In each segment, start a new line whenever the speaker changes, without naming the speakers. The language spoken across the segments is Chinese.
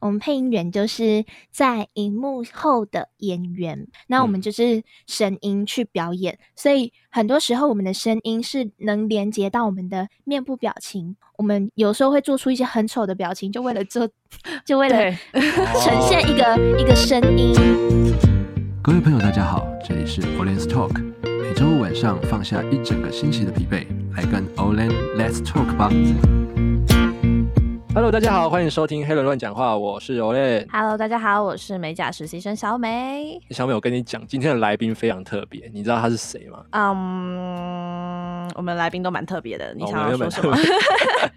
我们配音员就是在荧幕后的演员，那我
嗯
们就是声音去表演，所以很多时候我们的声音是能连接到我们的面部表情。我们有时候会做出一些很丑的表情，就为了做，就为了
对，
呈现一个、
哦
一个声音。
各位朋友，大家好，这里是 Olen's Talk，每周五晚上放下一整个星期的疲惫，来跟 Olen Let's Talk 吧。
Hello，大家好，欢迎收听《黑人乱讲话》，我是 Olen。
Hello，大家好，我是美甲实习生小美。
小美，我跟你讲，今天的来宾非常特别，你知道他是谁吗？
嗯、我们来宾都蛮特别的，你
哦
想要
我
说
们
什
原
么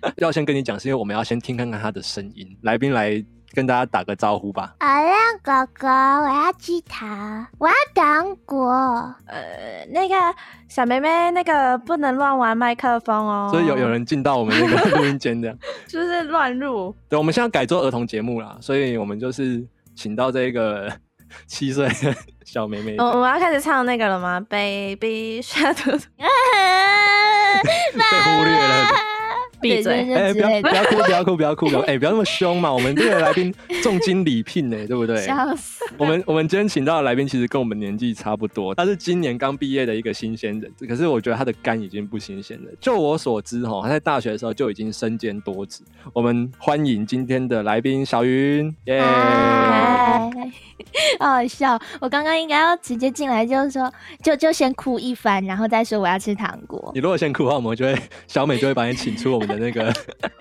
本？ 要先跟你讲，是因为我们要先听看看他的声音。来宾来跟大家打个招呼吧。
我亮哥哥，我要鸡糖，我要糖果。
呃，那个小妹妹，那个不能乱玩麦克风哦，
所以有有人进到我们那个 录音间这样。
就是乱入，
对，我们现在改做儿童节目啦，所以我们就是请到这个七岁的小妹妹
我。我们要开始唱那个了吗？Baby Shadow，
被忽略了。
闭
对
嘴！
就是
哎、
之
不要
类的
不要哭，不要哭，不要哭，不要哎、不要那么凶嘛！我们这个来宾重金礼聘呢、对不对？
笑死！
我们我们今天请到的来宾其实跟我们年纪差不多，他是今年刚毕业的一个新鲜人，可是我觉得他的肝已经不新鲜了。就我所知，哈，他在大学的时候就已经身兼多职。我们欢迎今天的来宾小云，耶、
嗨，哎好好笑！我刚刚应该要直接进来，就是说，就就先哭一番，然后再说我要吃糖果。
你如果先哭的话，我们就会小美就会把你请出我们的 那个 直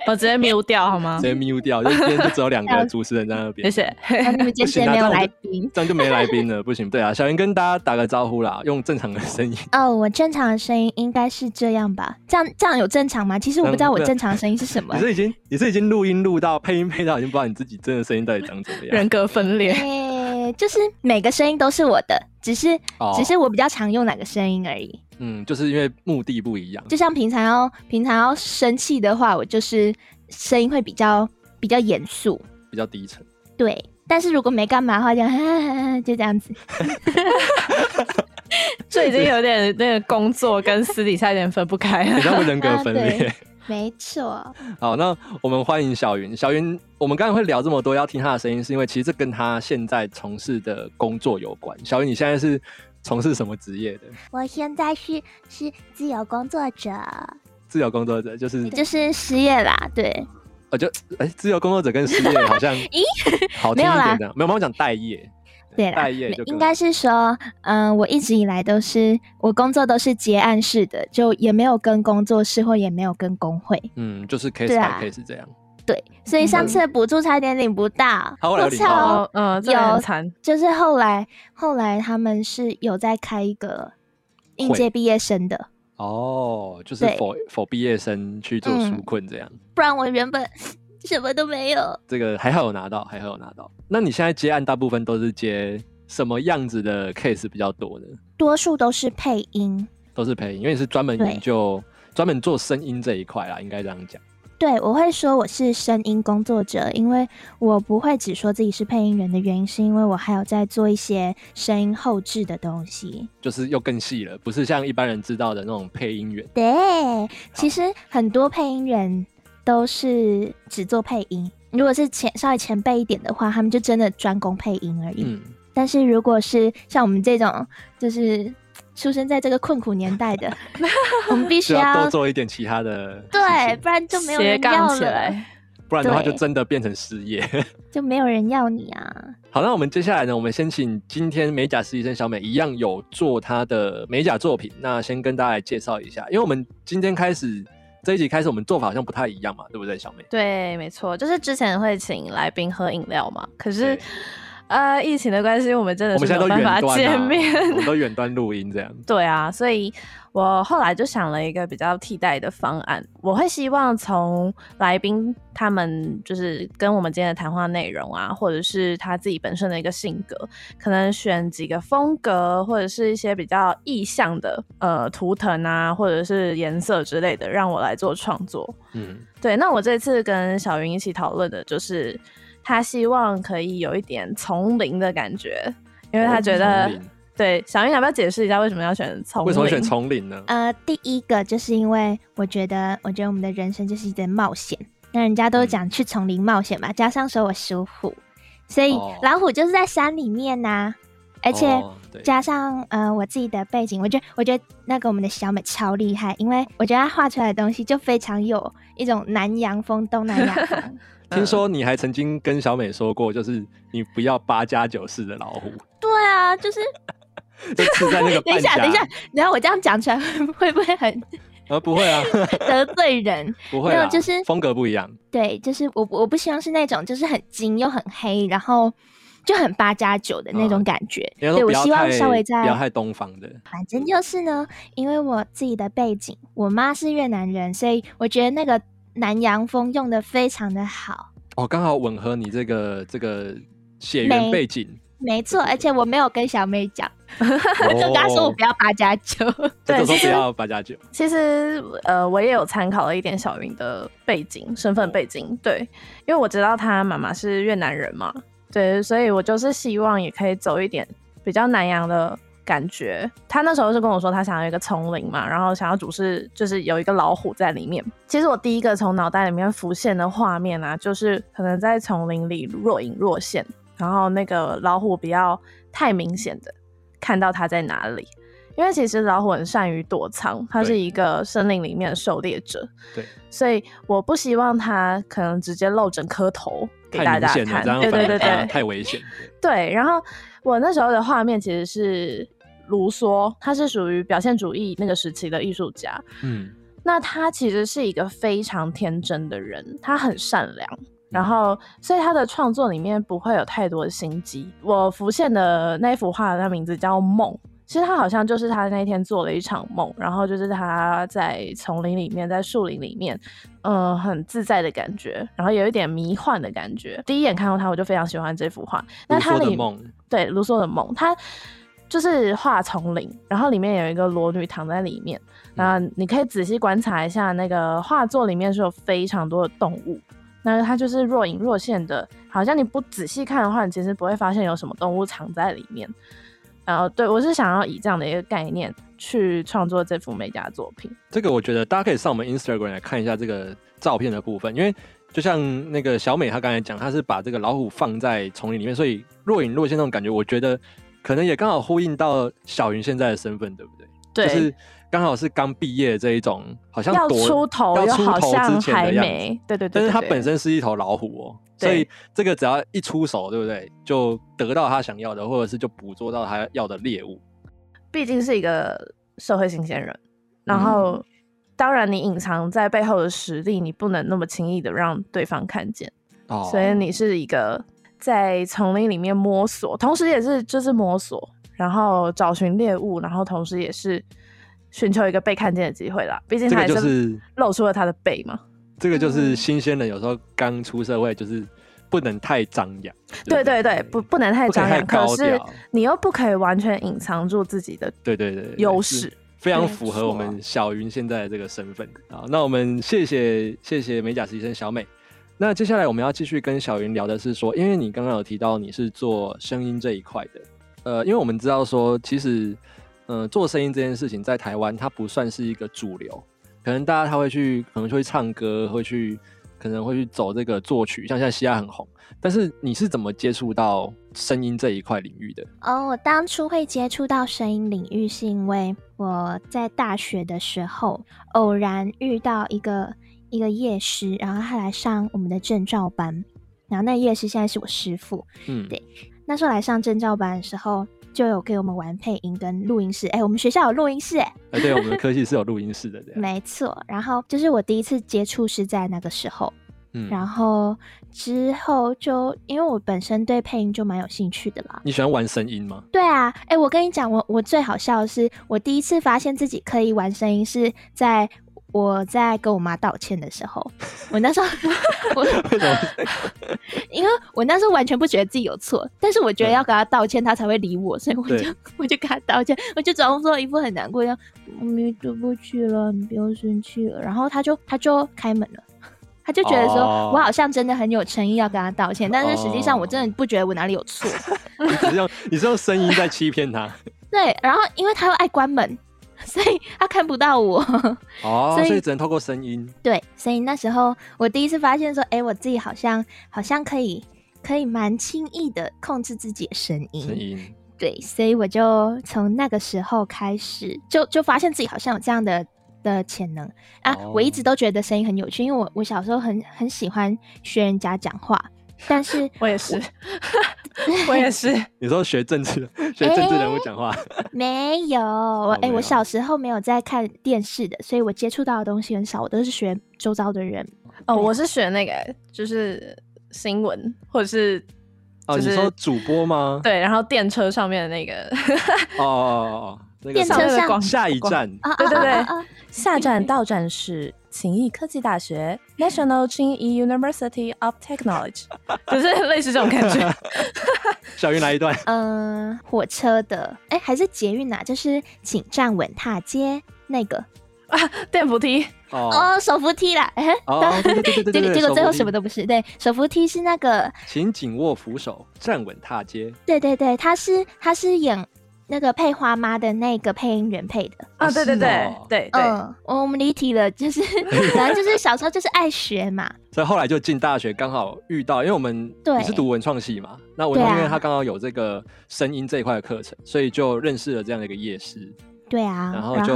我直接 mute 掉好吗？
接 mute 掉，就今天就只有两个主持人在那 边
谢。谢。
那你们今天没有来宾
啊这样就没来宾了，不行。对啊，小云跟大家打个招呼啦，用正常的声音。
哦。我正常的声音应该是这样吧？这样这样有正常吗？其实我不知道我正常的声音是什么
嗯 你。是已经你是已经录音录到配音配到，已经不知道你自己真的声音到底长怎么样。
人格分 裂，
哎，就是每个声音都是我的，只是
哦
只是我比较常用哪个声音而已。
嗯，就是因为目的不一样。
就像平常要平常要生气的话，我就是声音会比较比较严肃，
比较低 沉。
对。但是如果没干嘛的话，就就这 样子。
这已经有点那个工作跟私底下有点分不开
你知
了。
道人格分
啊
裂
对。没错，
好，那我们欢迎小云。小云，我们刚才会聊这么多，要听她的声音，是因为其实这跟她现在从事的工作有关。小云，你现在是从事什么职业的？
我现在是是自由工作者，
自由工作者，就是
就是失业啦，对，
呃，就哎、自由工作者跟失业好像
咦，
好听一点的，没有，我们讲待业。
对啦
待业就更
应该是说，嗯、我一直以来都是我工作都是结案式的，就也没有跟工作室或也没有跟工会，
嗯，就是 case
对啊
by case 这样。
对，所以上次的补助差一点领不 到，
嗯好后来有领到吗
操
哦，嗯，这很
有
惨。
就是后来后来他们是有在开一个应
会
届毕业生的，
哦，就是
对
否否毕业生去做
嗯
纾困这样。
不然我原本 什么都没有。
这个还好有拿到，还好有拿到。那你现在接案大部分都是接什么样子的 case 比较多呢？
多数都是配音。
都是配音，因为你是专门
对
研究、专门做声音这一块啦，应该这样讲。
对，我会说我是声音工作者，因为我不会只说自己是配音员的原因，是因为我还有在做一些声音后置的东西。
就是又更细了，不是像一般人知道的那种配音
嗯
员。
对，其实很多配音员都是只做配音，如果是前稍微前辈一点的话，他们就真的专攻配音而已。
嗯，
但是如果是像我们这种，就是出生在这个困苦年代 的，我们必须
就要
要
多做一点其他的事
对，
情，
不然就没有
斜
人要
杠
了。
起来，
不然的话就
对
真的变成失业。
就没有人要你啊。
好，那我们接下来呢，我们先请今天美甲实习生小美一样有做她的美甲作品，那先跟大家来介绍一下，因为我们今天开始这一集开始，我们做法好像不太一样嘛，对不对，小美？
对，没错，就是之前会请来宾喝饮料嘛，可是
对。
呃，疫情的关系，我们真的
我们
是没
现
有
在都
办
远
法
端、啊，
见
我
面。
们都远端录音这样。
对啊，所以我后来就想了一个比较替代的方案。我会希望从来宾他们就是跟我们今天的谈话内容啊，或者是他自己本身的一个性格，可能选几个风格或者是一些比较意向的呃图腾啊，或者是颜色之类的，让我来做创作。
嗯，
对，那我这次跟小云一起讨论的就是，他希望可以有一点丛林的感觉，因为他觉得、
哦丛林
对小云要不要解释一下为什么要选丛林？
为什么选丛林呢？
呃，第一个就是因为我觉得，我觉得我们的人生就是一件冒险，那人家
嗯
都讲去丛林冒险嘛，加上说我属虎，所以
哦
老虎就是在山里面呐、而且、
哦对
加上呃我自己的背景，我觉得我觉得那个我们的小美超厉害，因为我觉得她画出来的东西就非常有一种南洋风、东南亚 风。
嗯
听说你还曾经跟小美说过，就是你不要八加九式的老 虎，
对啊，就是
就刺在那
等一
个半
下，
甲。
等一下，然后我这样讲出来会不会不会很
呃，不会啊，
得罪人？
不会
没有
啦，
就是
风格不一样。
对，就是我我不希望是那种就是很金又很黑，然后就很八加九的那种
嗯
感觉。
应该说
对
不
我
要
希望
太
稍微
不要
在，
太东方的，
反正就是呢，因为我自己的背景，我妈是越南人，所以我觉得那个南洋风用的非常的好。
哦，刚好吻合你这个这个血
美
缘背 景。
没错，而且我没有跟小妹讲，
我
就跟她说我
哦
不要八加九。
就
对
说
其实
不要八加九，
其实，呃，我也有参考了一点小云的背景、身份背景，对，因为我知道她妈妈是越南人嘛，对，所以我就是希望也可以走一点比较南洋的感觉。她那时候是跟我说，她想要一个丛林嘛，然后想要主是就是有一个老虎在里面。其实我第一个从脑袋里面浮现的画面啊，就是可能在丛林里若隐若现，然后那个老虎不要太明显的看到它在哪里。因为其实老虎很善于躲藏，它是
对
一个森林里面的狩猎者，
对，
所以我不希望它可能直接露整颗头 给
太
大家
明显了，
看
这，样
对对对
反嗯而哎
对
太危险。对
对。然后我那时候的画面其实是卢梭，他是属于表现主义那个时期的艺术家，
嗯，
那他其实是一个非常天真的人，他很善良，然
嗯
后所以他的创作里面不会有太多的心机。我浮现的那幅画，它名字叫《梦》。其实他好像就是他那天做了一场梦，然后就是他在丛林里面，在树林里面，嗯、很自在的感觉，然后有一点迷幻的感觉。第一眼看到他，我就非常喜欢这幅画。那
卢
他
梭的
里
梦，
对，卢梭的梦，它就是画丛林，然后里面有一个裸女躺在里面。
嗯
那你可以仔细观察一下那个画作里面是有非常多的动物，那它就是若隐若现的，好像你不仔细看的话，你其实不会发现有什么动物藏在里面。然后，对我是想要以这样的一个概念去创作这幅美甲作品。
这个我觉得大家可以上我们 Instagram 来看一下这个照片的部分，因为就像那个小美她刚才讲，她是把这个老虎放在丛林里面，所以若隐若现那种感觉，我觉得可能也刚好呼应到小云现在的身份，对不对？
对，
就是刚好是刚毕业这一种，好像
要
躲
出头
要
又
出
好
头之
像
前
还
的样子。
没，对对对对
但是他
对
本身是一头老虎哦，
对
所以这个只要一出手，对不对？就得到他想要的，或者是就捕捉到他要的猎物。
毕竟是一个社会新鲜人，然后、
嗯
当然你隐藏在背后的实力，你不能那么轻易的让对方看见，
哦
所以你是一个在丛林里面摸索，同时也是就是摸索，然后找寻猎物，然后同时也是寻求一个被看见的机会啦。毕竟
这
他
个
也
就是
露出了他的背嘛。
这
嗯
个就是新鲜人，有时候刚出社会就是不能太张扬。
对
不
对对，不不能太
不可以
张
太
扬，可
高
是
调
你又不可以完全隐藏住自 己的
对对对，对
优
是
势
非常
没
符合我们小云现在的这个身份好，那我们谢谢谢谢美甲实习生小美。那接下来我们要继续跟小云聊的是说，因为你刚刚有提到你是做声音这一块的，呃，因为我们知道说，其实，呃，做声音这件事情在台湾它不算是一个主流，可能大家他会去，可能会唱歌，会去，可能会去走这个作曲，像现在西亚很红，但是你是怎么接触到声音这一块领域的？
哦，我当初会接触到声音领域，是因为我在大学的时候偶然遇到一个一个夜师，然后他来上我们的证照班，然后那夜师现在是我师傅。
嗯，
对那时候来上证照班的时候，就有给我们玩配音跟录音室。哎、我们学校有录音室、哎，
呃，对，我们的科系是有录音室的，这样，
没错。然后就是我第一次接触是在那个时候，
嗯
然后之后就因为我本身对配音就蛮有兴趣的啦，
你喜欢玩声音吗？
对啊，哎、我跟你讲，我我最好笑的是，我第一次发现自己可以玩声音是在我在跟我妈道歉的时 候。我那时候，我
为什么？
因为我那时候完全不觉得自己有错，但是我觉得要跟她道歉，她才会理我，所以我就我就跟她道歉，我就装作一副很难过一样，妈咪对不起了，你不要生气了。然后她就她就开门了。她就觉得说
哦
我好像真的很有诚意要跟她道歉，但是实际上我
哦
真的不觉得我哪里有错。
你只是用你是用声音在欺骗他，
对，然后因为他又爱关门，所以他看不到我。
哦，
所以
所以只能透过声音。
对，所以那时候我第一次发现说，哎，我自己好像好像可以可以蛮轻易的控制自己的声音。
声音，
对，所以我就从那个时候开始，就就发现自己好像有这样的的潜能啊。我一
哦
直都觉得声音很有趣，因为我我小时候很很喜欢学人家讲话，但 是
我也是，我也是，
你说学政治，学政治人物讲话，
哎没有，我哎、
哦没有
我小时候没有在看电视的，所以我接触到的东西很少，我都是学周遭的人。
哦，我是学那个就是新闻或者是。
哦，
就是
你说主播吗？
对，然后电车上面的那个
哦哦哦，哦那个
电
什
车
么
上
广
下一
广
站，
啊啊
对对对
啊啊啊
下站到站是勤益科技大学 National Tsinghee University of Technology，就是 类似这种感 觉。
小云来一段。
嗯、火车的哎、还是捷运呐、就是请站稳踏阶那个
电扶梯
哦
哦，手扶梯啦。 哎
哦，对对对对对
结
对
果
对，
结果最
手扶
后
梯
什么都不是。对，手扶梯是那个，
请紧握扶手，站稳踏阶。
对对对，他是他是演那个配花妈的那个配音员配的。
啊，
哦
对对
是
对
哦
对对，
嗯，我我们离题了，就是 反正就是小时候就是爱学嘛。
所以后来就进大学，刚好遇到，因为我们
对
你是读文创系嘛，那文
对啊
创因为它刚好有这个声音这一块的课程，所以就认识了这样的一个夜师，
对啊，
然
然
后就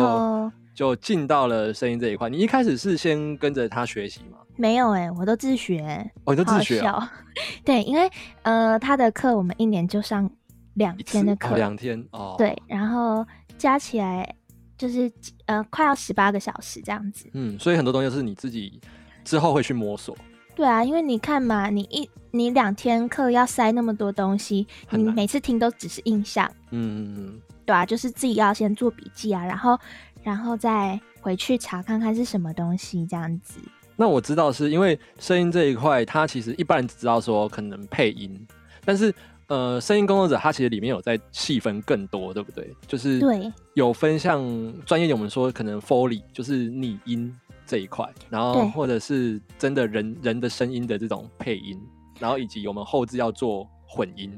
就进到了声音这一块。你一开始是先跟着他学习嘛？
没有哎、我都自学，
哦，你都
好好
自学、啊、
笑 对，因为呃他的课我们一年就上两
一次
天的
哦
课，
两天哦，
对，，然后加起来就是呃快要十八个小时这样子。
嗯，所以很多东西是你自己之后会去摸索，
对啊，因为你看嘛，你一你两天课要塞那么多东西，
很
你
难
每次听都只是印象，
嗯嗯嗯，
对啊，就是自己要先做笔记啊，然后然后再回去查看看是什么东西这样子。
那我知道是因为声音这一块，它其实一般人只知道说可能配音，但是呃，声音工作者他其实里面有在细分更多，对不对？就是
对
有分像专业我们说可能 Foley 就是拟音这一块，然后
对
或者是真的人人的声音的这种配音，然后以及我们后置要做混音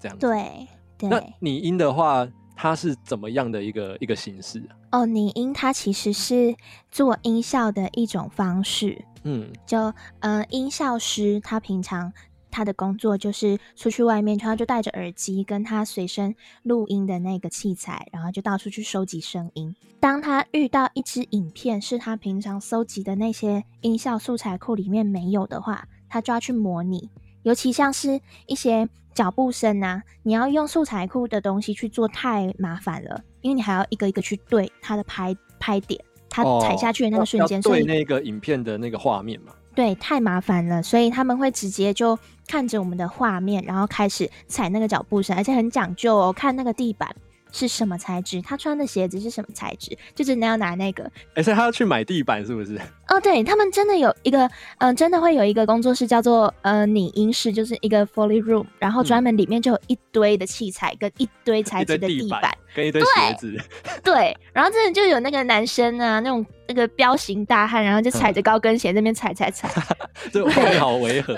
这样子。，
对
那
对，
拟音的话，它是怎么样的一个一个形式啊？
哦，拟音它其实是做音效的一种方式，
嗯，
就呃，音效师他平常他的工作就是出去外面，他就戴着耳机，跟他随身录音的那个器材，然后就到处去收集声音。当他遇到一支影片是他平常搜集的那些音效素材库里面没有的话，他就要去模拟。尤其像是一些脚步声啊，你要用素材库的东西去做太麻烦了，因为你还要一个一个去对它的拍拍点，它踩下去的那
哦要
个瞬间，
要
所
对
以
那个影片的那个画面嘛。
对，太麻烦了，所以他们会直接就看着我们的画面，然后开始踩那个脚步声，而且很讲究哦，看那个地板是什么材质，他穿的鞋子是什么材质，就真的要拿那个。
哎、所以他要去买地板是不 是？
哦，对他们真的有一个，嗯、真的会有一个工作室叫做呃拟音室，就是一个 Foley Room，然后专门里面就有一堆的器材跟嗯 一堆材
一
质
堆
的地板
板，跟一堆鞋子，
对，然后真的就有那个男生啊，那种那个彪形大汉，然后就踩着高跟鞋在那边踩踩踩，
这画面好违和。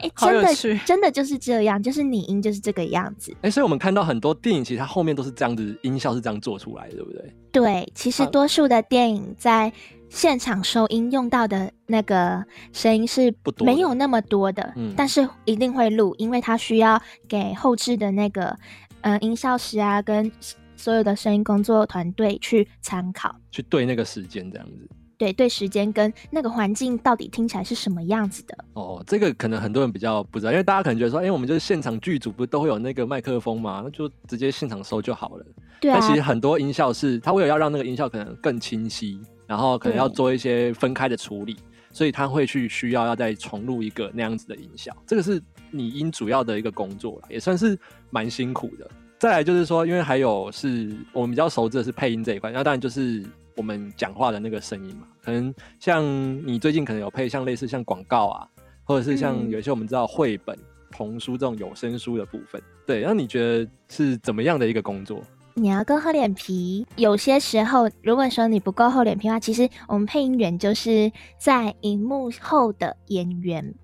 哎、
好有
真
趣
的真的就是这样，就是拟音就是这个样子。
哎、所以我们看到很多电影，其实它后面都是这样子，音效是这样做出来的，对不对？
对，其实
好
多数的电影在现场收音用到的那个声音是
不多的
没有那么多的，
嗯
但是一定会录，因为它需要给后置的那个呃音效师啊跟所有的声音工作团队去参考。
去对那个时间这样子。
对，对时间跟那个环境到底听起来是什么样子的，
哦，这个可能很多人比较不知道，因为大家可能觉得说，哎、我们就是现场剧组不是都会有那个麦克风嘛，那就直接现场收就好了。
对啊
但，其实很多音效是它为了要让那个音效可能更清晰，然后可能要
对
做一些分开的处理，所以它会去需要要再重录一个那样子的音效。这个是拟音主要的一个工作啦，也算是蛮辛苦的。再来就是说，因为还有是我们比较熟知的是配音这一块，那当然就是我们讲话的那个声音嘛。可能像你最近可能有配像类似像广告啊，或者是像
嗯
有一些我们知道绘本、童书这种有声书的部分。对，那你觉得是怎么样的一个工作？
你要够厚脸皮。有些时候，如果说你不够厚脸皮的话，其实我们配音员就是在荧幕后的演员。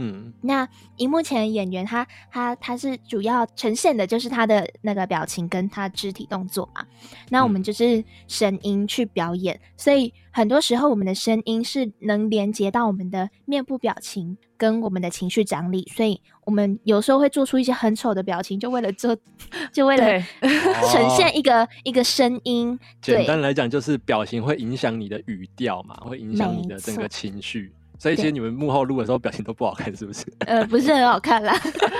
嗯，
那荧幕前的演员他他他是主要呈现的就是他的那个表情跟他肢体动作嘛。那
嗯
我们就是声音去表演，所以很多时候我们的声音是能连接到我们的面部表情跟我们的情绪张力，所以我们有时候会做出一些很丑的表情，就为了做，就为了
对
呈现一个、一个声音。
简
对
单来讲就是表情会影响你的语调嘛，会影响你
没
的整
错
个情绪。所以其实
对
你们幕后录的时候表情都不好看，是不是？
呃，不是很好看啦。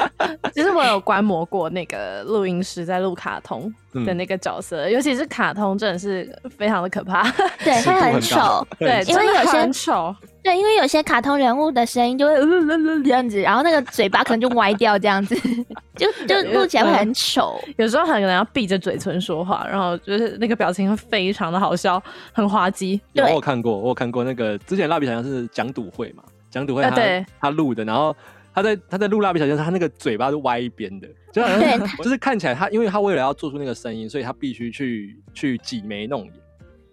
其实我有观摩过那个录音师在录卡通的那个角色，尤其是卡通真的是非常的可怕，
对，
尺
会
度
很
很
丑
高。
对，
因为
真的
有些
很丑，
对，因为有些卡通人物的声音就会、呃呃呃这样子，然后那个嘴巴可能就歪掉这样子， 就就录起来会
嗯
很丑。
有时候很可能要闭着嘴唇说话，然后就是那个表情会非常的好笑，很滑稽。
对
有我有看过，我有看过那个之前蜡笔小新是讲赌会嘛，讲赌会
啊
呃
他、
对
他录的，然后他在他在录蜡笔小新的时候，他那个嘴巴是歪一边的，就好像
对
就是看起来他，因为他为了要做出那个声音，所以他必须去去挤眉弄眼，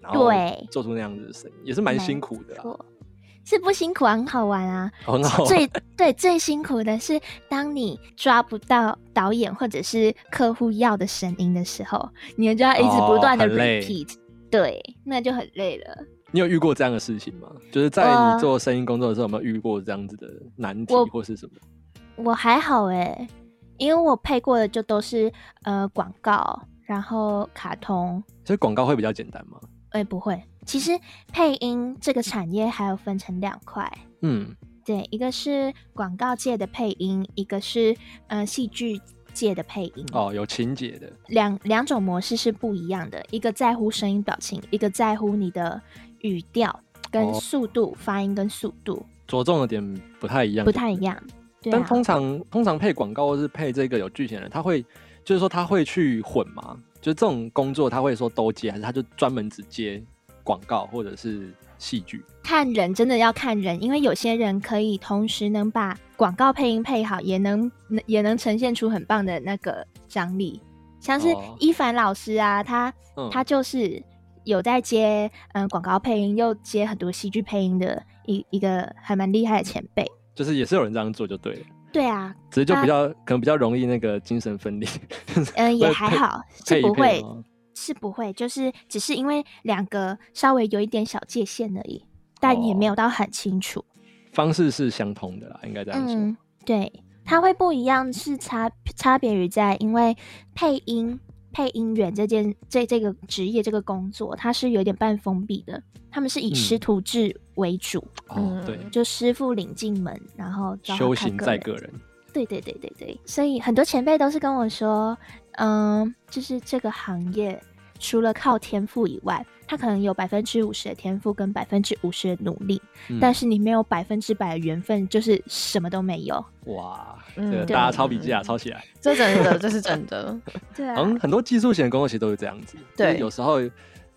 然后
对
做出那样子的声音，也是蛮
没
辛苦的啦、啊
错，是不辛苦啊，很好玩啊。
很好玩。
最对最辛苦的是，当你抓不到导演或者是客户要的声音的时候，你就要一直不
哦
断的
很累
repeat，、对，那就很累了。
你有遇过这样的事情吗？就是在
哇
你做声音工作的时候，有没有遇过这样子的难题
我
或是什么？
我还好诶、因为我配过的就都是呃广告，然后卡通，
所以广告会比较简单吗？
哎、不会。其实配音这个产业还有分成两块，
嗯，
对，一个是广告界的配音，一个是呃戏剧界的配音。
哦，有情节的，
两两种模式是不一样的，一个在乎声音表情，一个在乎你的语调跟
哦
速度、发音跟速度
着重的点不太一样，
不
对
太一样。对
但
啊，
通常通常配广告或是配这个有剧情的人，他会就是说他会去混嘛，就是这种工作他会说都接，还是他就专门只接广告或者是戏剧？
看人真的要看人，因为有些人可以同时能把广告配音配好，也能也能呈现出很棒的那个张力。像是
哦
一凡老师啊，他
嗯，
他就是有在接嗯广告配音，又接很多戏剧配音的一一个还蛮厉害的前辈。
就是也是有人这样做就对了，
对啊，
只是就比
他
较、可能比较容易那个精神分裂。
嗯，也
会
还
呃配
好，
配
是
一
不
配
会
吗
是不会，就是只是因为两个稍微有一点小界限而已，但也没
哦
有到很清楚。
方式是相同的啦，应该这样说。
嗯，对，它会不一样，是差差别于在，因为配音配音员这件这这个职业这个工作，它是有点半封闭的，他们是以
嗯
师徒制为主，
哦，对，
就师傅领进门，然后教他
修
看
行在个人。
对对对对对，所以很多前辈都是跟我说，嗯，就是这个行业除了靠天赋以外，他可能有百分之五十的天赋跟百分之五十的努力，
嗯
但是你没有百分之百的缘分，就是什么都没有。
哇，
嗯
这个
对
大家抄笔记啊，抄起来。
这真的，这是真的，
对
好像很多技术型的工作其实都是这样子，就是
对
有时候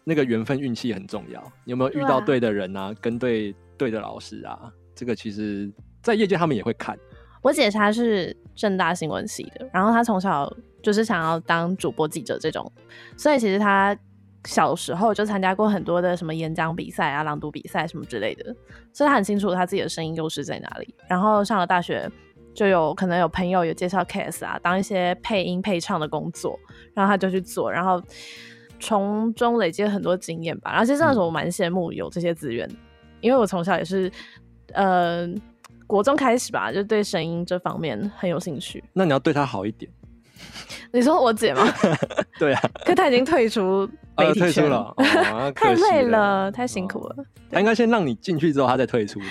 那个缘分运气很重要，你有没有遇
对啊
到对的人啊，跟对对的老师啊，这个其实在业界他们也会看，
我姐她是正大新闻系的，然后她从小就是想要当主播记者这种，所以其实她小时候就参加过很多的什么演讲比赛啊、朗读比赛什么之类的，所以她很清楚她自己的声音优势在哪里。然后上了大学，就有可能有朋友有介绍 case 啊，当一些配音配唱的工作，然后她就去做，然后从中累积了很多经验吧。然后其实那时候我蛮羡慕有这些资源的因为我从小也是，呃，国中开始吧，就对声音这方面很有兴趣。
那你要对他好一点。
你说我姐吗？
对啊，
可她已经退出媒
呃
体
退出
圈
了，哦 啊
太
可惜
累
了，
了，太辛苦
哦
了。
他应该先让你进去之后，他再退出的，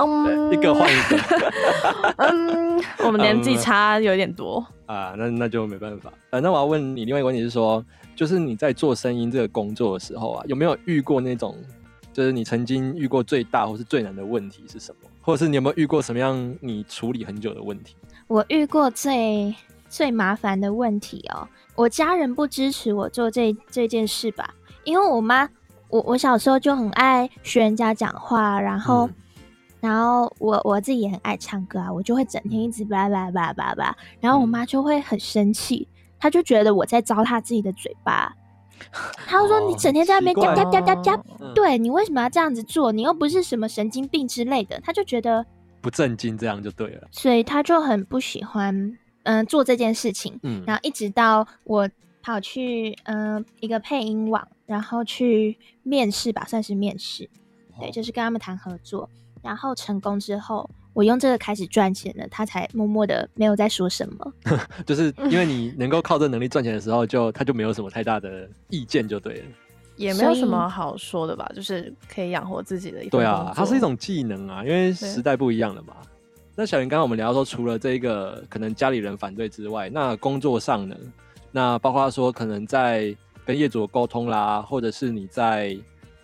嗯，
对，一个换一个
嗯，我们年纪
嗯
差有点多。
啊，那那就没办法。呃，那我要问你另外一个问题是说，就是你在做声音这个工作的时候啊，有没有遇过那种，就是你曾经遇过最大或是最难的问题是什么，或者是你有没有遇过什么样你处理很久的问题？
我遇过最最麻烦的问题哦，我家人不支持我做这这件事吧，因为我妈，我我小时候就很爱学人家讲话，然后、
嗯
然后我我自己也很爱唱歌啊，我就会整天一直叭叭叭叭叭，然后我
嗯
妈就会很生气，她就觉得我在糟蹋自己的嘴 巴，她就说、
哦
你整天在那边
奇怪
夹夹夹夹夹
哦
对你为什么要这样子做？你又不是什么神经病之类的。他就觉得
不正经，这样就对了。
所以他就很不喜欢嗯、呃做这件事情。
嗯，
然后一直到我跑去嗯、呃一个配音网，然后去面试吧，算是面试，
哦
对，就是跟他们谈合作，然后成功之后，我用这个开始赚钱了，他才默默的没有在说什么。
就是因为你能够靠这能力赚钱的时候就，他就没有什么太大的意见就对了。
也没有
所
什
以
么好说的吧，就是可以养活自己的一份
对啊
工，
它
作
是一种技能啊，因为
对
时代不一样了嘛。那小云，刚刚我们聊到说，除了这个可能家里人反对之外，那工作上呢？那包括说可能在跟业主的沟通啦，或者是你在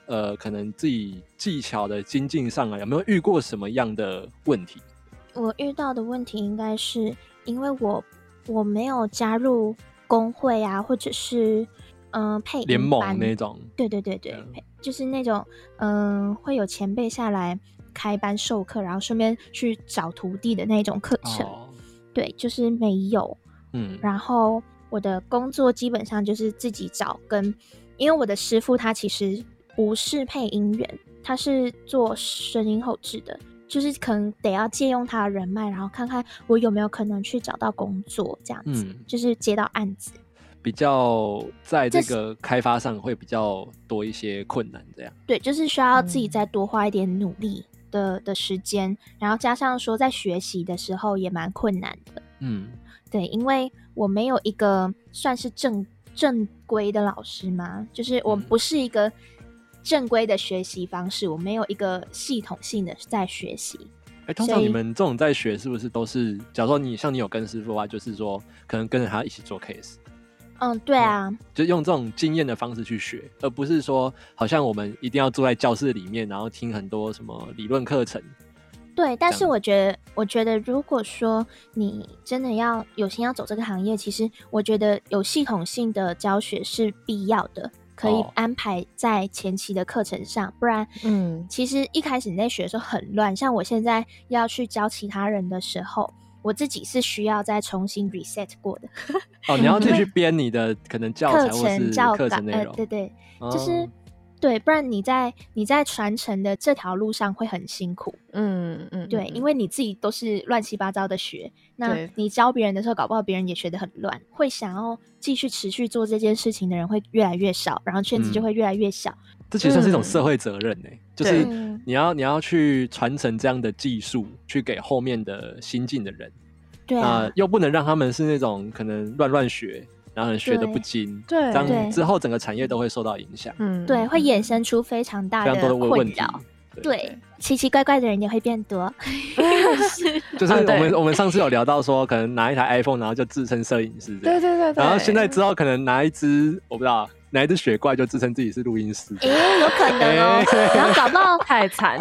呃可能自己技巧的精进上啊，有没有遇过什么样的问题？
我遇到的问题应该是因为我我没有加入工会啊，或者是嗯、呃配音
联盟
班
那种，
对对对
嗯
对，配就是那种嗯、呃会有前辈下来开班授课，然后顺便去找徒弟的那种课程。
哦，
对，就是没有。
嗯，
然后我的工作基本上就是自己找跟，因为我的师傅他其实不是配音员，他是做声音后置的，就是可能得要借用他的人脉，然后看看我有没有可能去找到工作这样子，
嗯
就是接到案子。
比较在这
这是
个开发上会比较多一些困难，这样。
对，就是需要自己
嗯
再多花一点努力的的时间，然后加上说在学习的时候也蛮困难的。
嗯，
对，因为我没有一个算是正正规的老师嘛，就是我
嗯
不是一个正规的学习方式，我没有一个系统性的在学习。
哎、通
所
常你
以
们这种在学是不是都是，假如说你像你有跟师傅啊，就是说可能跟着他一起做 case，
嗯，对啊，
就用这种经验的方式去学，而不是说好像我们一定要坐在教室里面，然后听很多什么理论课程。
对。但
这
是
样
我觉得，我觉得如果说你真的要有心要走这个行业，其实我觉得有系统性的教学是必要的。可以
哦
安排在前期的课程上，不然，
嗯
其实一开始你在学的时候很乱，像我现在要去教其他人的时候，我自己是需要再重新 reset 过的
哦，你要自己去编你的可能教
嗯课
材或
程
是
教
课
稿
程，内
呃，
容，
对对，
哦
就是对，不然你在你在传承的这条路上会很辛苦，
嗯嗯，
对，
嗯
因为你自己都是乱七八糟的学，那
对
你教别人的时候，搞不好别人也学得很乱，会想要继续持续做这件事情的人会越来越少，然后圈子就
嗯
会越来越小，
这其实算是一种
嗯
社会责任呢、就是
对
嗯
你要你要去传承这样的技术，去给后面的新进的人，
对
那、
啊，
又不能让他们是那种可能乱乱学，然后可能学的不
对
精，
对
这样
对
之后整个产业都会受到影响，
嗯
对，会衍生出非常大
非常多的问
困
问题。
扰。
对
对，奇奇怪怪的人也会变多。
就是
啊
我
对
们我们上次有聊到说，可能拿一台 iPhone，然后就自称摄影师这
对
样，
对对对，
然后现在之后可能拿一支我不知道拿一只雪怪就自称自己是录音师这
诶、
样，
有可能哦。 然后搞不好，
太惨，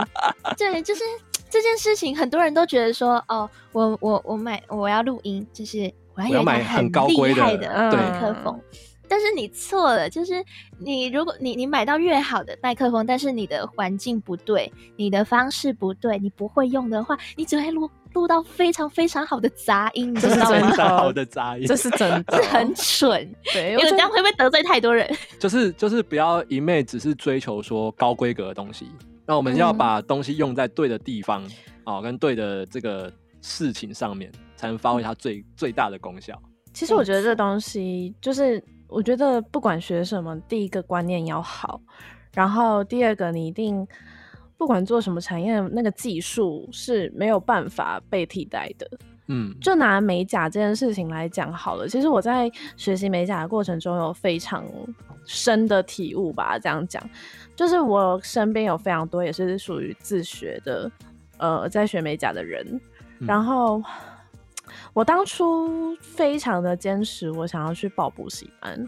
对，就是这件事情，很多人都觉得说，哦，我我我买我要录音，就是我要
我要
有一
买
台
很高规
厉
的
害的
嗯
麦克风。但是你错了，就是你如果你你买到越好的麦克风，但是你的环境不对，你的方式不对，你不会用的话，你只会录录到非常非常好的杂音，你知
这是
道
非
吗？
常好的杂音
这，是真的，
是很 蠢，
对，
因为
我觉
这
得
样会不会得罪太多人？
就是就是不要一昧只是追求说高规格的东西，那我们要
嗯
把东西用在对的地方哦，跟对的这个事情上面，才能发挥它最最大的功效。
其实我觉得这东西就是，我觉得不管学什么，第一个观念要好，然后第二个你一定不管做什么产业，那个技术是没有办法被替代的。
嗯，
就拿美甲这件事情来讲好了，其实我在学习美甲的过程中有非常深的体悟吧，这样讲，就是我身边有非常多也是属于自学的，呃，在学美甲的人，
嗯
然后。我当初非常的坚持，我想要去报补习班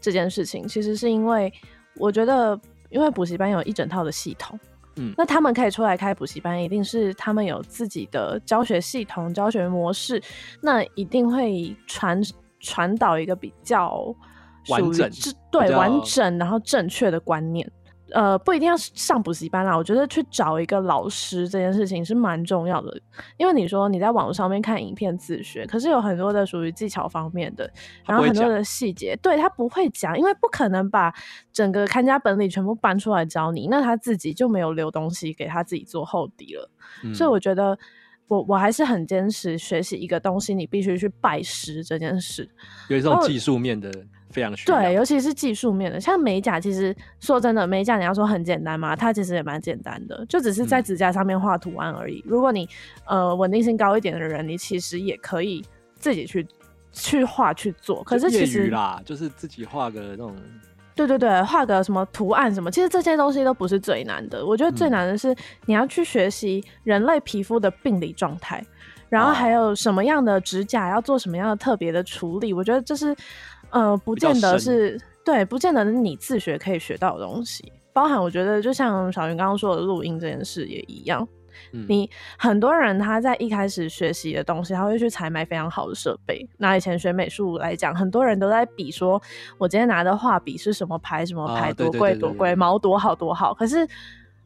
这件事情，其实是因为我觉得，因为补习班有一整套的系统，
嗯
那他们可以出来开补习班，一定是他们有自己的教学系统、教学模式，那一定会传传导一个比较
完
属于正
整比
对
较
完整，然后正确的观念。呃，不一定要上补习班啦，我觉得去找一个老师这件事情是蛮重要的，因为你说你在网络上面看影片自学，可是有很多的属于技巧方面的，
他
然
不
后
会
很多
讲
的细节，对他不会讲，因为不可能把整个看家本领全部搬出来教你，那他自己就没有留东西给他自己做厚底了。
嗯
所以我觉得我我还是很坚持学习一个东西，你必须去拜师这件事。
有一种技术面的非常需要。
对，尤其是技术面的，像美甲，其实说真的，美甲你要说很简单嘛，它其实也蛮简单的，就只是在
嗯
指甲上面画图案而已。如果你呃稳定性高一点的人，你其实也可以自己去去画去做。可
就是
其
业
实
余啦，就是自己画个那种，
对对对，画个什么图案什么，其实这些东西都不是最难的。我觉得最
嗯
难的是你要去学习人类皮肤的病理状态，然后还有什么样的指甲要做什么样的特别的处理。我觉得这是，呃，不
比较
见得
深
是对，不见得是你自学可以学到的东西。包含我觉得，就像小云刚刚说的录音这件事也一样，
嗯，
你很多人他在一开始学习的东西，他会去采买非常好的设备。那以前学美术来讲，很多人都在比说，我今天拿的画笔是什么牌，什么
啊
牌，
对
多
对
贵
对对
多
对
贵，毛多好多好。可是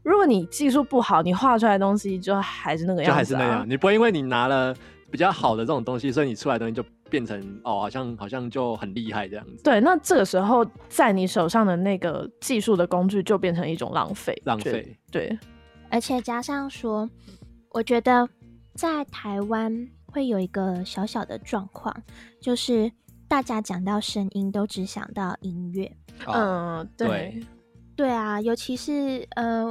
如果你技术不好，你画出来的东西就还是那个
就
样
还是
子、
那
啊
样，。你不会因为你拿了比较好的这种东西，所以你出来的东西就变成哦，好像好像就很厉害这样子，
对，那这个时候在你手上的那个技术的工具就变成一种浪费，
浪
觉得
费。
对，
而且加上说，我觉得在台湾会有一个小小的状况，就是大家讲到声音都只想到音乐。
哦，
嗯，对
对，
对啊，尤其是呃，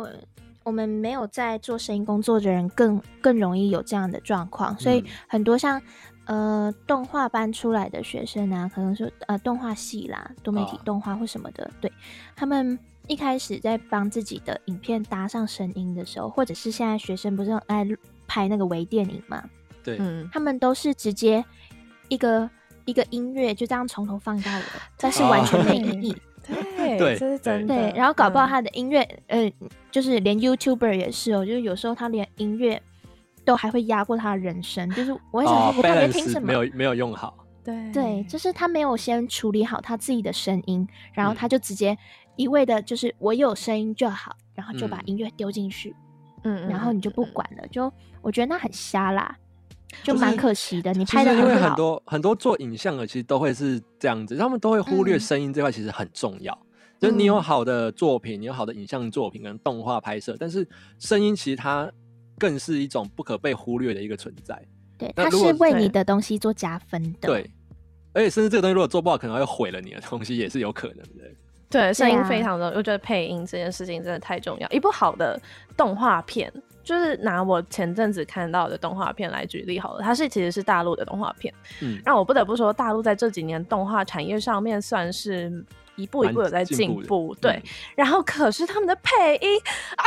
我们没有在做声音工作的人更更容易有这样的状况，所以
嗯
很多像。呃，动画班出来的学生啊，可能是呃动画系啦、多媒体
啊
动画或什么的，对他们一开始在帮自己的影片搭上声音的时候，或者是现在学生不是很爱拍那个微电影嘛，
对，
嗯，
他们都是直接一个一个音乐就这样从头放到尾，但是完全没意义。
对，
对
这是真的。
对，然后搞不好
嗯
他的音乐，呃，就是连 YouTuber 也是哦，就是有时候他连音乐都还会压过他的人声，就是我会想说，
哦
我到底在听
，balance
什
没
么？
有没有用好，
对
对，就是他没有先处理好他自己的声音，然后
嗯
他就直接一味的就是我有声音就好，然后就把
嗯
音乐丢进去，
嗯，
然后你就不
嗯嗯
管了，就我觉得那很瞎啦，就
就是
蛮可惜的。你
其
拍的
实因为很
好，
多很多做影像的其实都会是这样子，他们都会忽略
嗯
声音这块其实很重要。就是你有
嗯
好的作品，你有好的影像作品跟动画拍摄，但是声音其实它更是一种不可被忽略的一个存在。
对，
那
他
如
是
果
为
对
你的东西做加分的。
对，而且甚至这个东西如果做不好，可能会毁了你的东西，也是有可能的。
对，声音
啊
非常的，我觉得配音这件事情真的太重要。一部好的动画片，就是拿我前阵子看到的动画片来举例好了，它是其实是大陆的动画片，
嗯，
让我不得不说，大陆在这几年动画产业上面算是。一步一
蛮
步有在
进
进
步的
步，对。
嗯
然后可是他们的配音，啊，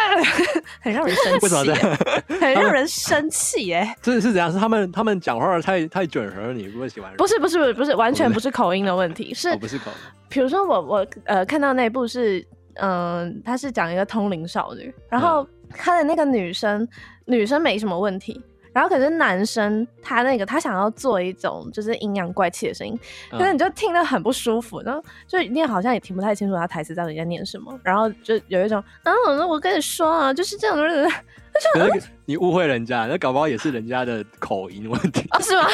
很让人生
为什么
气
这
耶，
样？
很让人生气耶、
这是怎样？是他们他们讲话太太卷舌，你不会喜欢？
不是不是不是不是，完全
不
不
是
是口音的问题，是
哦不是口音
比如说我我呃看到那部是嗯、呃，他是讲一个通灵少女，然后他的那个女生女生没什么问题。然后可是男生他那个他想要做一种就是阴阳怪气的声音，
嗯
可是你就听得很不舒服，然后就念好像也听不太清楚他台词到底在念什么，然后就有一种，然后我跟你说啊，就是这种人，
可是你误会人家，那搞不好也是人家的口音问题。
哦 是吗？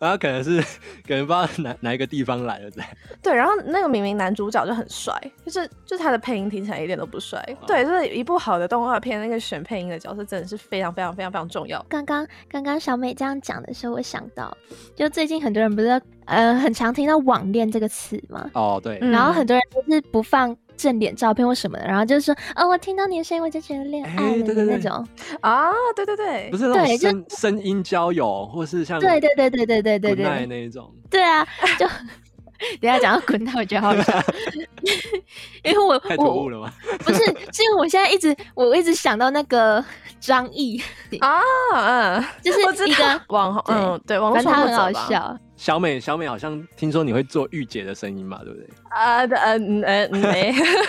然后可能是可能不知道哪哪一个地方来的这样。
对，然后那个明明男主角就很帅，就是就是他的配音听起来一点都不帅。
哦
对，就是一部好的动画片，那个选配音的角色真的是非常非常非常非常重要。
刚刚刚刚小美这样讲的时候，我想到，就最近很多人不是呃很常听到网恋这个词嘛，
哦，对，
嗯
然后很多人都是不放正脸照片或什么的，然后就说，哦，我听到你的声音我就觉得恋爱
哎
了的
对对
那
对
种，
啊，对对对，
不是那
对
种
就
声声音交友，或是像
对对对对对对对
Good night
对，
那一种，
对啊， 就等一下讲到滚蛋，我觉得好好笑，因为我
太突
我
兀了吧？
不是是因为我现在一直我一直想到那个张译，
啊，嗯，
就是
我知
一
道
个
网红，嗯，对，网
反正
红
他
创
很
作
好
者吧。
笑，
小美，小美好像听说你会做御姐的声音嘛，对不对？
啊，嗯嗯 嗯，哎，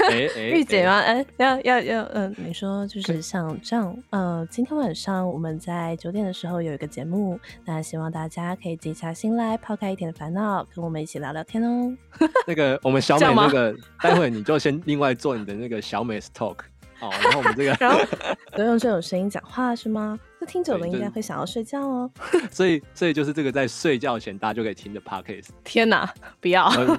哎 哎
御姐
哎
吗？哎，要要要，嗯，你说就是像这样，呃，今天晚上我们在九点的时候有一个节目，那希望大家可以静下心来，抛开一点烦恼，跟我们一起聊聊天哦。
那个我们小
这
美
样
那
吗
个，待会你就先另外做你的那个小美 talk 哦，然后我们这个，
然后都用这种声音讲话是吗？那听久了
对
应该
就
会想要睡觉哦。
所以所以就是这个在睡觉前大家就可以听的 podcast，
天哪，不要！
呃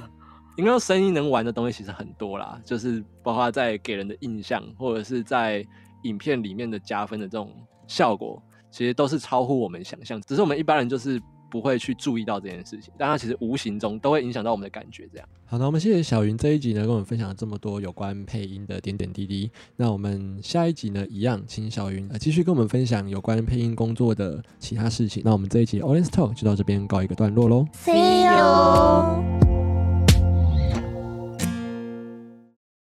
应该说声音能玩的东西其实很多啦，就是包括在给人的印象，或者是在影片里面的加分的这种效果，其实都是超乎我们想象，只是我们一般人就是不会去注意到这件事情，但它其实无形中都会影响到我们的感觉。这样，
好的，我们谢谢小云这一集呢，跟我们分享了这么多有关配音的点点滴滴。那我们嗯下一集呢，一样请小云呃继续跟我们分享有关配音工作的其他事情。那我们这一集 Orange Talk 就到这边告一个段落喽。
，See you。